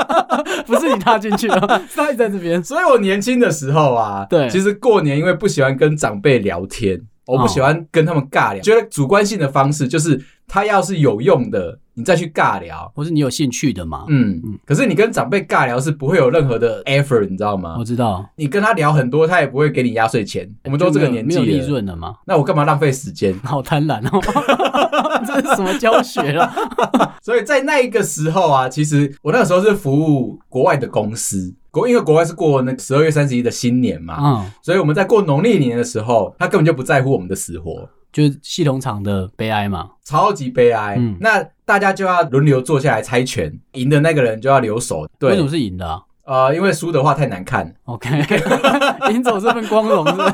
Speaker 2: 不是你踏进去了，是他一直在这边。
Speaker 1: 所以我年轻的时候啊，
Speaker 2: 对哦
Speaker 1: 其实过年因为不喜欢跟长辈聊天，我不喜欢跟他们尬聊，觉得主观性的方式就是他要是有用的，你再去尬聊。
Speaker 2: 或是你有兴趣的嘛？
Speaker 1: 嗯，
Speaker 2: 嗯
Speaker 1: 可是你跟长辈尬聊是不会有任何的 effort，你知道吗？
Speaker 2: 我知道，
Speaker 1: 你跟他聊很多，他也不会给你压岁钱。嗯我们都这个年纪
Speaker 2: 哎就没有没有利
Speaker 1: 了，
Speaker 2: 润了嘛？
Speaker 1: 那我干嘛浪费时间？
Speaker 2: 好贪婪哦， 这是什么教学啊 了？
Speaker 1: 所以在那一个时候啊，其实我那个时候是服务国外的公司，国因为国外是过那十二月三十一的新年嘛，
Speaker 2: 嗯，
Speaker 1: 所以我们在过农历年的时候，他根本就不在乎我们的死活。
Speaker 2: 就是系统厂的悲哀嘛。
Speaker 1: 超级悲哀。
Speaker 2: 嗯
Speaker 1: 那大家就要轮流坐下来猜拳，赢的那个人就要留守。
Speaker 2: 为什
Speaker 1: 对
Speaker 2: 么，是赢的、啊、
Speaker 1: 呃，因为输的话太难看。
Speaker 2: ？OK，赢走这份光荣是不是？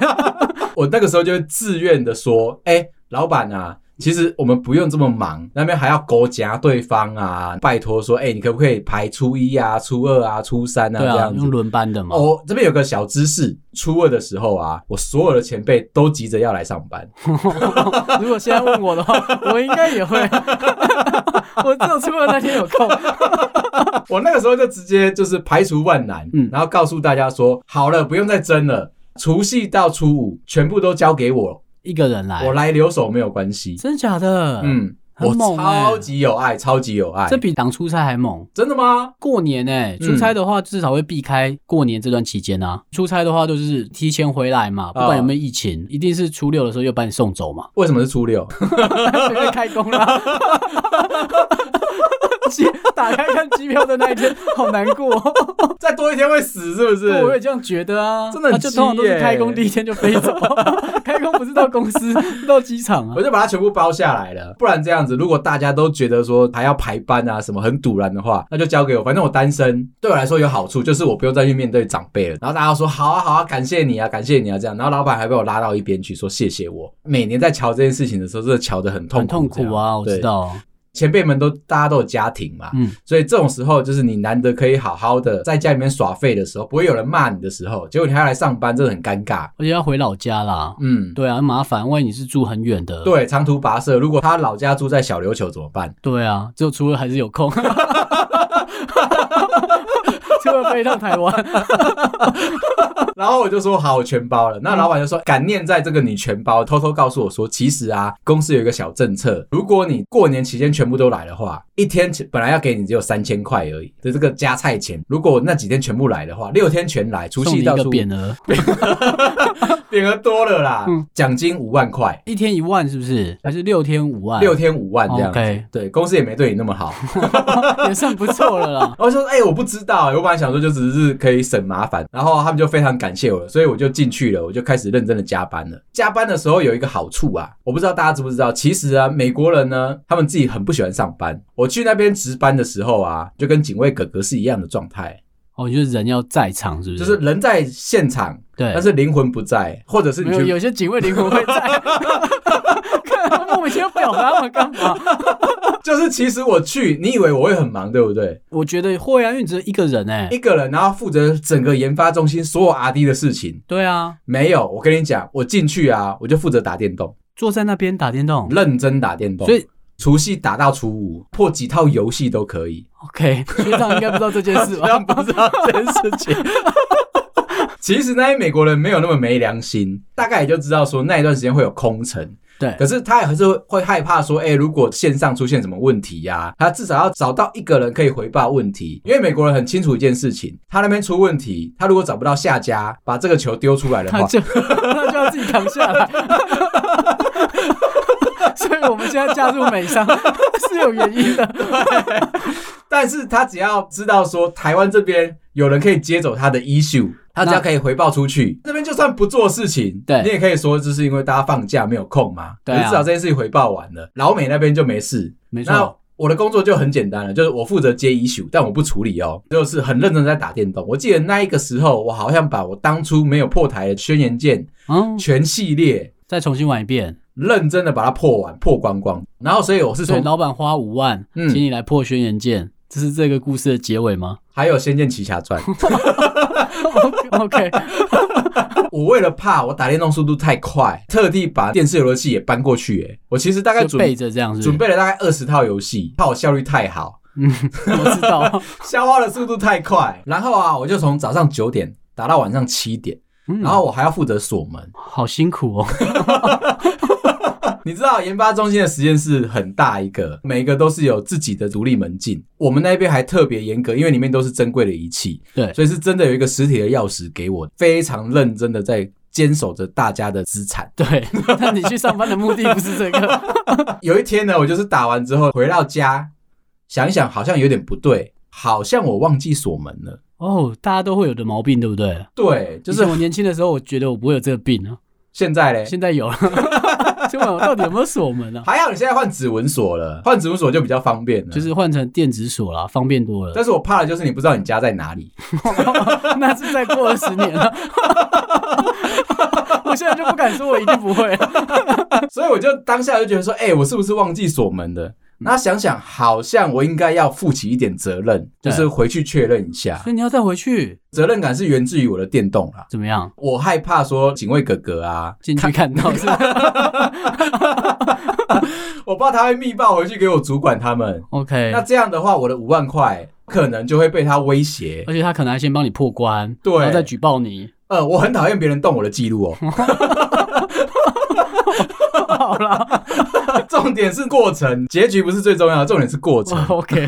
Speaker 1: 我那个时候就会自愿的说，哎、老板啊。其实我们不用这么忙，那边还要勾夹对方啊，拜托说，哎、你可不可以排初一啊、初二啊、初三啊
Speaker 2: 对
Speaker 1: 这
Speaker 2: 啊，
Speaker 1: 样
Speaker 2: 用
Speaker 1: 子？
Speaker 2: 轮班的嘛。
Speaker 1: 哦，这边有个小知识，初二的时候啊，我所有的前辈都急着要来上班，
Speaker 2: 如果现在 问我的话，我应该也会。我只有出门那天有空，
Speaker 1: 我那个时候就直接就是排除万难，
Speaker 2: 嗯
Speaker 1: 然后告诉大家说，好了，不用再争了，除夕到初五全部都交给我，
Speaker 2: 一个人来
Speaker 1: 我，来留守没有关系。
Speaker 2: 哎真假的？，
Speaker 1: 嗯，
Speaker 2: 很
Speaker 1: 我
Speaker 2: 猛欸
Speaker 1: 超级有爱，超级有爱
Speaker 2: 这，比挡出差还猛。
Speaker 1: 真的吗？
Speaker 2: 过年哎、
Speaker 1: 嗯
Speaker 2: 出差的话至少会避开过年这段期间啊。出差的话就是提前回来嘛，
Speaker 1: 啊，
Speaker 2: 不管有没有疫情，一定是初六的时候又把你送走 嘛
Speaker 1: 为什么是初六？
Speaker 2: 因为开工啦。机 打开看机票的那一天，好难过、
Speaker 1: 再多一天会死是不是？
Speaker 2: 对，我也这样觉得啊。
Speaker 1: 真的很
Speaker 2: 他就通常都
Speaker 1: 鸡
Speaker 2: 是
Speaker 1: 耶
Speaker 2: 开工第一天就飞 走，开工不是到公司，是到机场啊
Speaker 1: 我。就把它全部包下来了。不然这样子，如果大家都觉得说还要排班啊什么很堵然的话，那就交给我，反正我单身，对我来说有好处，就是我不用再去面对长辈了。然后大家说好啊好啊，感谢你啊，感谢你啊这样。然后老板还被我拉到一边去说谢谢我。每年在瞧这件事情的时候，真的瞧得很痛苦
Speaker 2: 很痛苦啊，我
Speaker 1: 这样
Speaker 2: 知。道。
Speaker 1: 对前辈们都大家都有家庭嘛，
Speaker 2: 嗯，
Speaker 1: 所以这种时候，就是你难得可以好好的在家里面耍废的时候，不会有人骂你的时候，结果你还要来上班，真的很尴尬。
Speaker 2: 而且要回老家啦。
Speaker 1: 嗯，
Speaker 2: 对啊，很麻烦。万一你是住很远的，
Speaker 1: 对，长途跋涉，如果他老家住在小琉球怎么办？
Speaker 2: 对啊，只有初二还是 有空。初二飞一趟台湾，
Speaker 1: 然后我就说好，我全包了。
Speaker 2: 嗯
Speaker 1: 那老板就说感念在这个你全包，偷偷告诉我说，其实啊，公司有一个小政策，如果你过年期间全部都来的话，一天本来要给你只有三千块而已的这个加菜钱，如果那几天全部来的话，六天全来，除
Speaker 2: 送你
Speaker 1: 夕
Speaker 2: 一
Speaker 1: 到
Speaker 2: 个
Speaker 1: 初五
Speaker 2: 匾额，
Speaker 1: 匾额多了啦，
Speaker 2: 嗯
Speaker 1: 奖金五万块，
Speaker 2: 一天一万是不是？还是六天五万？
Speaker 1: 六天五万这样子。
Speaker 2: 哦 OK
Speaker 1: 对，公司也没对你那么好。
Speaker 2: 也算不错了啦。
Speaker 1: 然后就说：“哎、我不知道、我本来想说就只是可以省麻烦。”然后他们就非常感谢我了，所以我就进去了，我就开始认真的加班了。加班的时候有一个好处啊，我不知道大家知不知道，其实啊，美国人呢，他们自己很不喜欢上班。我去那边值班的时候啊，就跟警卫哥哥是一样的状态，
Speaker 2: 哦，就是人要在场，是不？
Speaker 1: 就是是人在现场，
Speaker 2: 对，
Speaker 1: 但是灵魂不在，或者是你
Speaker 2: 没有
Speaker 1: 去
Speaker 2: 有些警卫灵魂会在。看他莫名其妙表达他们干嘛？
Speaker 1: 就是其实我去，你以为我会很忙，对不对？
Speaker 2: 我觉得会啊，因为你只有一个人哎、
Speaker 1: 一个人，然后负责整个研发中心所有 R D 的事情。
Speaker 2: 对啊，
Speaker 1: 没有，我跟你讲，我进去啊，我就负责打电动。
Speaker 2: 坐在那边打电动，
Speaker 1: 认真打电动，
Speaker 2: 所以
Speaker 1: 除夕打到初五，破几套游戏都可以。
Speaker 2: OK，学长应该不知道这件事吧？
Speaker 1: 不知道这件事情。其实那些美国人没有那么没良心，大概也就知道说那一段时间会有空城，
Speaker 2: 对，
Speaker 1: 可是他也还是会害怕说，哎、如果线上出现什么问题呀、他至少要找到一个人可以回报问题，因为美国人很清楚一件事情，他那边出问题，他如果找不到下家，把这个球丢出来的
Speaker 2: 他
Speaker 1: 话，
Speaker 2: 就他就要自己扛下来。 所以我们现在加入美商 是有原因的。
Speaker 1: 但是他只要知道说台湾这边有人可以接走他的 issue，他只要可以回报出去，这边就算不做事情，
Speaker 2: 对
Speaker 1: 你也可以说就是因为大家放假没有空嘛，
Speaker 2: 对啊
Speaker 1: 可是至少这件事情回报完了，老美那边就没事，
Speaker 2: 没
Speaker 1: 那。我的工作就很简单了，就是我负责接 issue，但我不处理哦，就是很认真地在打电动。我记得那一个时候，我好像把我当初没有破台的宣言键
Speaker 2: 嗯，
Speaker 1: 全系列
Speaker 2: 再重新玩一遍。
Speaker 1: 认真的把它破完，破光光。然后，所以我是
Speaker 2: 所以
Speaker 1: 从
Speaker 2: 老板花五万，
Speaker 1: 嗯
Speaker 2: 请你来破轩辕剑，这是这个故事的结尾 吗
Speaker 1: 还有《仙剑奇侠传》，
Speaker 2: ？OK，
Speaker 1: 我为了怕我打电动速度太快，特地把电视游乐器也搬过去、欸。我其实大概
Speaker 2: 就
Speaker 1: 准
Speaker 2: 背着这样子。
Speaker 1: 准，备了大概二十套游戏，怕我效率太好，
Speaker 2: 嗯，我知道。
Speaker 1: 消化的速度太快。然后啊，我就从早上九点打到晚上七点，
Speaker 2: 嗯
Speaker 1: 然后我还要负责锁门。
Speaker 2: 好辛苦哦。
Speaker 1: 你知道研发中心的实验室很大一个，每一个都是有自己的独立门禁。我们那边还特别严格，因为里面都是珍贵的仪器，
Speaker 2: 对
Speaker 1: 所以是真的有一个实体的钥匙给我，非常认真的在坚守着大家的资产。
Speaker 2: 对，那你去上班的目的不是这个，
Speaker 1: 有一天呢，我就是打完之后回到家，想一想好像有点不对，好像我忘记锁门了。
Speaker 2: 哦，大家都会有的毛病，对不对？
Speaker 1: 对，就
Speaker 2: 就是是我年轻的时候，我觉得我不会有这个病 啊，
Speaker 1: 现在嘞。
Speaker 2: 现在有了。 就问我到底有没有锁门啊？
Speaker 1: 还好你现在换指纹锁了，换指纹锁就比较方便了。
Speaker 2: 就，是换成电子锁啦，方便多了。
Speaker 1: 但是我怕的就是你不知道你家在哪里。
Speaker 2: 那是再过二十年了， 我现在就不敢说我一定不会啊了。
Speaker 1: 所以我就当下就觉得说，哎、我是不是忘记锁门了？那想想，好像我应该要负起一点责任，就
Speaker 2: 对
Speaker 1: 是回去确认一 下
Speaker 2: 所。以你要再回去，
Speaker 1: 责任感是源自于我的电动啦，
Speaker 2: 怎么样？
Speaker 1: 我害怕 说警卫哥哥啊，
Speaker 2: 进去看到是吧
Speaker 1: 我我怕他会密报回去给我主管他们。
Speaker 2: OK，
Speaker 1: 那这样的话，我的五万块可能就会被他威胁。
Speaker 2: 而且他可能还先帮你破关，
Speaker 1: 对
Speaker 2: 然后再举报你。
Speaker 1: 呃，我很讨厌别人动我的记录哦。
Speaker 2: 好啦
Speaker 1: 重点是过程，结局不是最重要的，重点是 过程。
Speaker 2: o k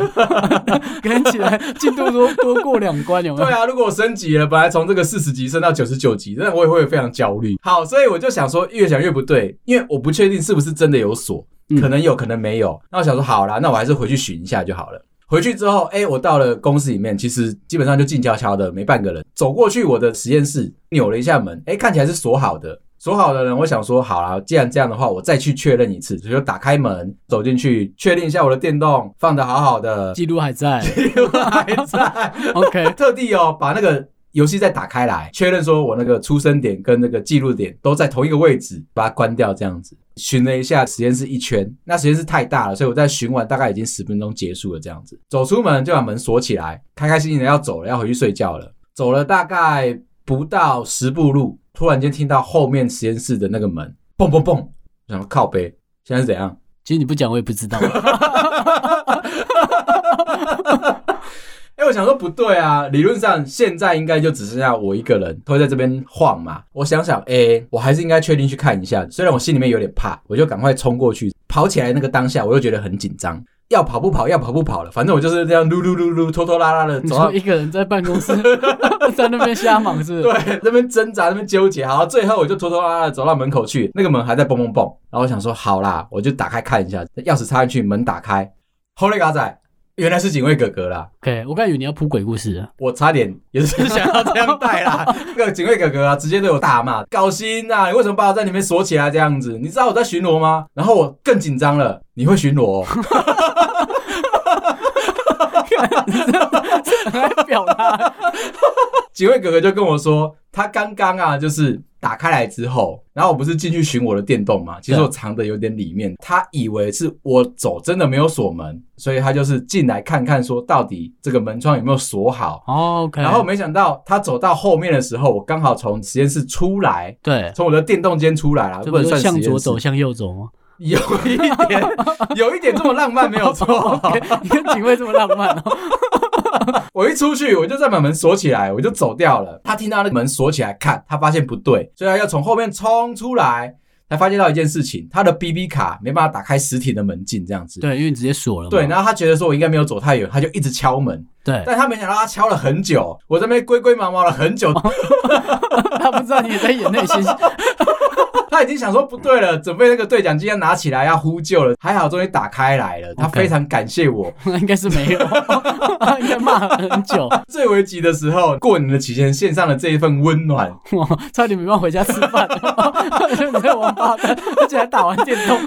Speaker 2: 看起来进度多多过两关 有没
Speaker 1: 对
Speaker 2: 有？
Speaker 1: 啊，如果我升级了，本来从这个四十级升到九十九级，那我也会非常焦虑。好，所以我就想说，越想越不对，因为我不确定是不是真的有锁，
Speaker 2: 嗯
Speaker 1: 可能有，可能没有。那我想说，好啦，那我还是回去寻一下就好了。回去之后，哎、我到了公司里面，其实基本上就静悄悄的，没半个人。走过去我的实验室，扭了一下门，哎、看起来是锁好的。锁好的人，我想说，好啦，既然这样的话，我再去确认一次，所以就打开门走进去，确定一下我的电动放的好好的，
Speaker 2: 记录还 在
Speaker 1: 还在。
Speaker 2: ，OK，
Speaker 1: 特地哦把那个游戏再打开来，确认说我那个出生点跟那个记录点都在同一个位置，把它关掉这样子。巡了一下实验室一圈，那实验室太大了，所以我在巡完大概已经十分钟结束了这样子。走出门就把门锁起来，开开心心的要走了，要回去睡觉了。走了大概不到十步路，突然间听到后面实验室的那个门蹦蹦蹦，我想说靠背，现在是怎样？
Speaker 2: 其实你不讲我也不知 道。
Speaker 1: 哎、我想说不对啊，理论上现在应该就只剩下我一个人，会在这边晃嘛。我想想，哎、我还是应该确定去看一下。虽然我心里面有点怕，我就赶快冲过去，跑起来那个当下，我又觉得很紧张，要跑不跑，要跑不跑了，反正我就是这样噜噜噜噜，拖拖拉拉的
Speaker 2: 你
Speaker 1: 走到
Speaker 2: 说一个人在办 公室，在那边瞎忙是不是？
Speaker 1: 对，那边挣扎，那边纠结，好，最后我就拖拖拉拉的走到门口去，那个门还在蹦蹦蹦，然后我想说，好啦，我就打开看一下，钥匙插进去，门打开，后来嘎仔，原来是警卫哥哥啦。
Speaker 2: ，OK，我刚才以为你要铺鬼故事了。啊
Speaker 1: 我差点也是想要这样带啦，那个警卫哥哥啊，直接对我大骂：“搞心啊呐、你为什么把我在里面锁起来这样子？你知道我在巡逻吗？”然后我更紧张了，你会巡逻、哦？
Speaker 2: 很爱 表达，
Speaker 1: 警卫哥哥就跟我说，他刚刚啊，就是打开来之后，然后我不是进去寻我的电动嘛，其实
Speaker 2: 对
Speaker 1: 我藏的有点里面，他以为是我走，真的没有锁门，所以他就是进来看看，说到底这个门窗有没有锁好。
Speaker 2: 哦，OK，
Speaker 1: 然后没想到他走到后面的时候，我刚好从实验室出来，
Speaker 2: 对，
Speaker 1: 从我的电动间出来啦，
Speaker 2: 这
Speaker 1: 不
Speaker 2: 不
Speaker 1: 能
Speaker 2: 就
Speaker 1: 算
Speaker 2: 向
Speaker 1: 实验
Speaker 2: 左
Speaker 1: 室
Speaker 2: 走，，向右走 吗？
Speaker 1: 有一点， 有一点这么浪漫没有 错。
Speaker 2: OK，你跟警卫这么浪漫哦。
Speaker 1: 我一出去，我就再把门锁起来，我就走掉了。他听到那个门锁起来，看他发现不对，所以他要从后面冲出来，才发现到一件事情，他的 BB 卡没办法打开实体的门禁，这样子。
Speaker 2: 对，因为你直接锁了嘛。
Speaker 1: 对，然后他觉得说我应该没有走太远，他就一直敲门，
Speaker 2: 对，
Speaker 1: 但他没想到他敲了很久，我这边龟龟毛毛了很久，
Speaker 2: 他不知道你也在演内心戏。
Speaker 1: 他已经想说不对了，准备那个对讲机要拿起来要呼救了，还好终于打开来了，他
Speaker 2: OK
Speaker 1: 非常感谢我，
Speaker 2: 应该是没有， 应该骂了很久，
Speaker 1: 最危急的时候，过年的期间献上了这一份温暖。
Speaker 2: 哇，差点没办法回家吃饭， 就你这王八蛋，而且还打完电动，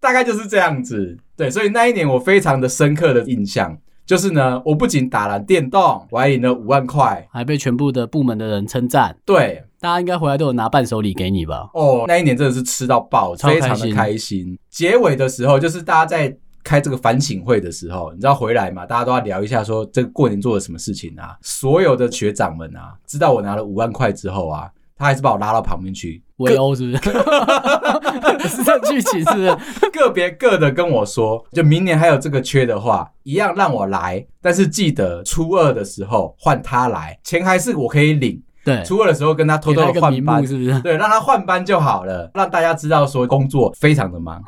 Speaker 1: 大概就是这样子。对，所以那一年我非常的深刻的印象就是呢，我不仅打了电动，我还赢了五万块。
Speaker 2: 还被全部的部门的人称赞。
Speaker 1: 对
Speaker 2: 大家应该回来都有拿伴手礼给你吧？
Speaker 1: 哦，那一年真的是吃到爆，
Speaker 2: 超开
Speaker 1: 非
Speaker 2: 心
Speaker 1: 常的开心。结尾的时候，就是大家在开这个反省会的时候，你知道回来嘛，大家都要聊一下说这个过年做了什么事情啊。所有的学长们啊，知道我拿了五万块之后啊，他还是把我拉到旁边去，
Speaker 2: 围殴是不 是？是这剧情是不是？
Speaker 1: 个别个的跟我说，就明年还有这个缺的话，一样让我来，但是记得初二的时候换他来，钱还是我可以领。
Speaker 2: 对，
Speaker 1: 初二的时候跟他偷
Speaker 2: 给他
Speaker 1: 偷的
Speaker 2: 一个
Speaker 1: 换
Speaker 2: 名
Speaker 1: 班啊
Speaker 2: 目，是不 是？
Speaker 1: 对，让他换班就好了，让大家知道说工作非常的 忙，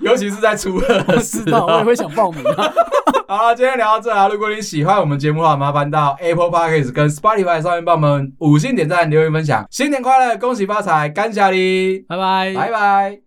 Speaker 1: 尤其是在初二
Speaker 2: 我
Speaker 1: 的
Speaker 2: 知
Speaker 1: 时
Speaker 2: 道，我也
Speaker 1: 候。
Speaker 2: 会想报名啊。
Speaker 1: 好了，今天聊到这啊！如果你喜欢我们节目的话，麻烦到 Apple Podcast 跟 Spotify 上面帮我们五星点赞、留言、分享。新年快乐，恭喜发财，感谢你，
Speaker 2: 拜拜，
Speaker 1: 拜拜。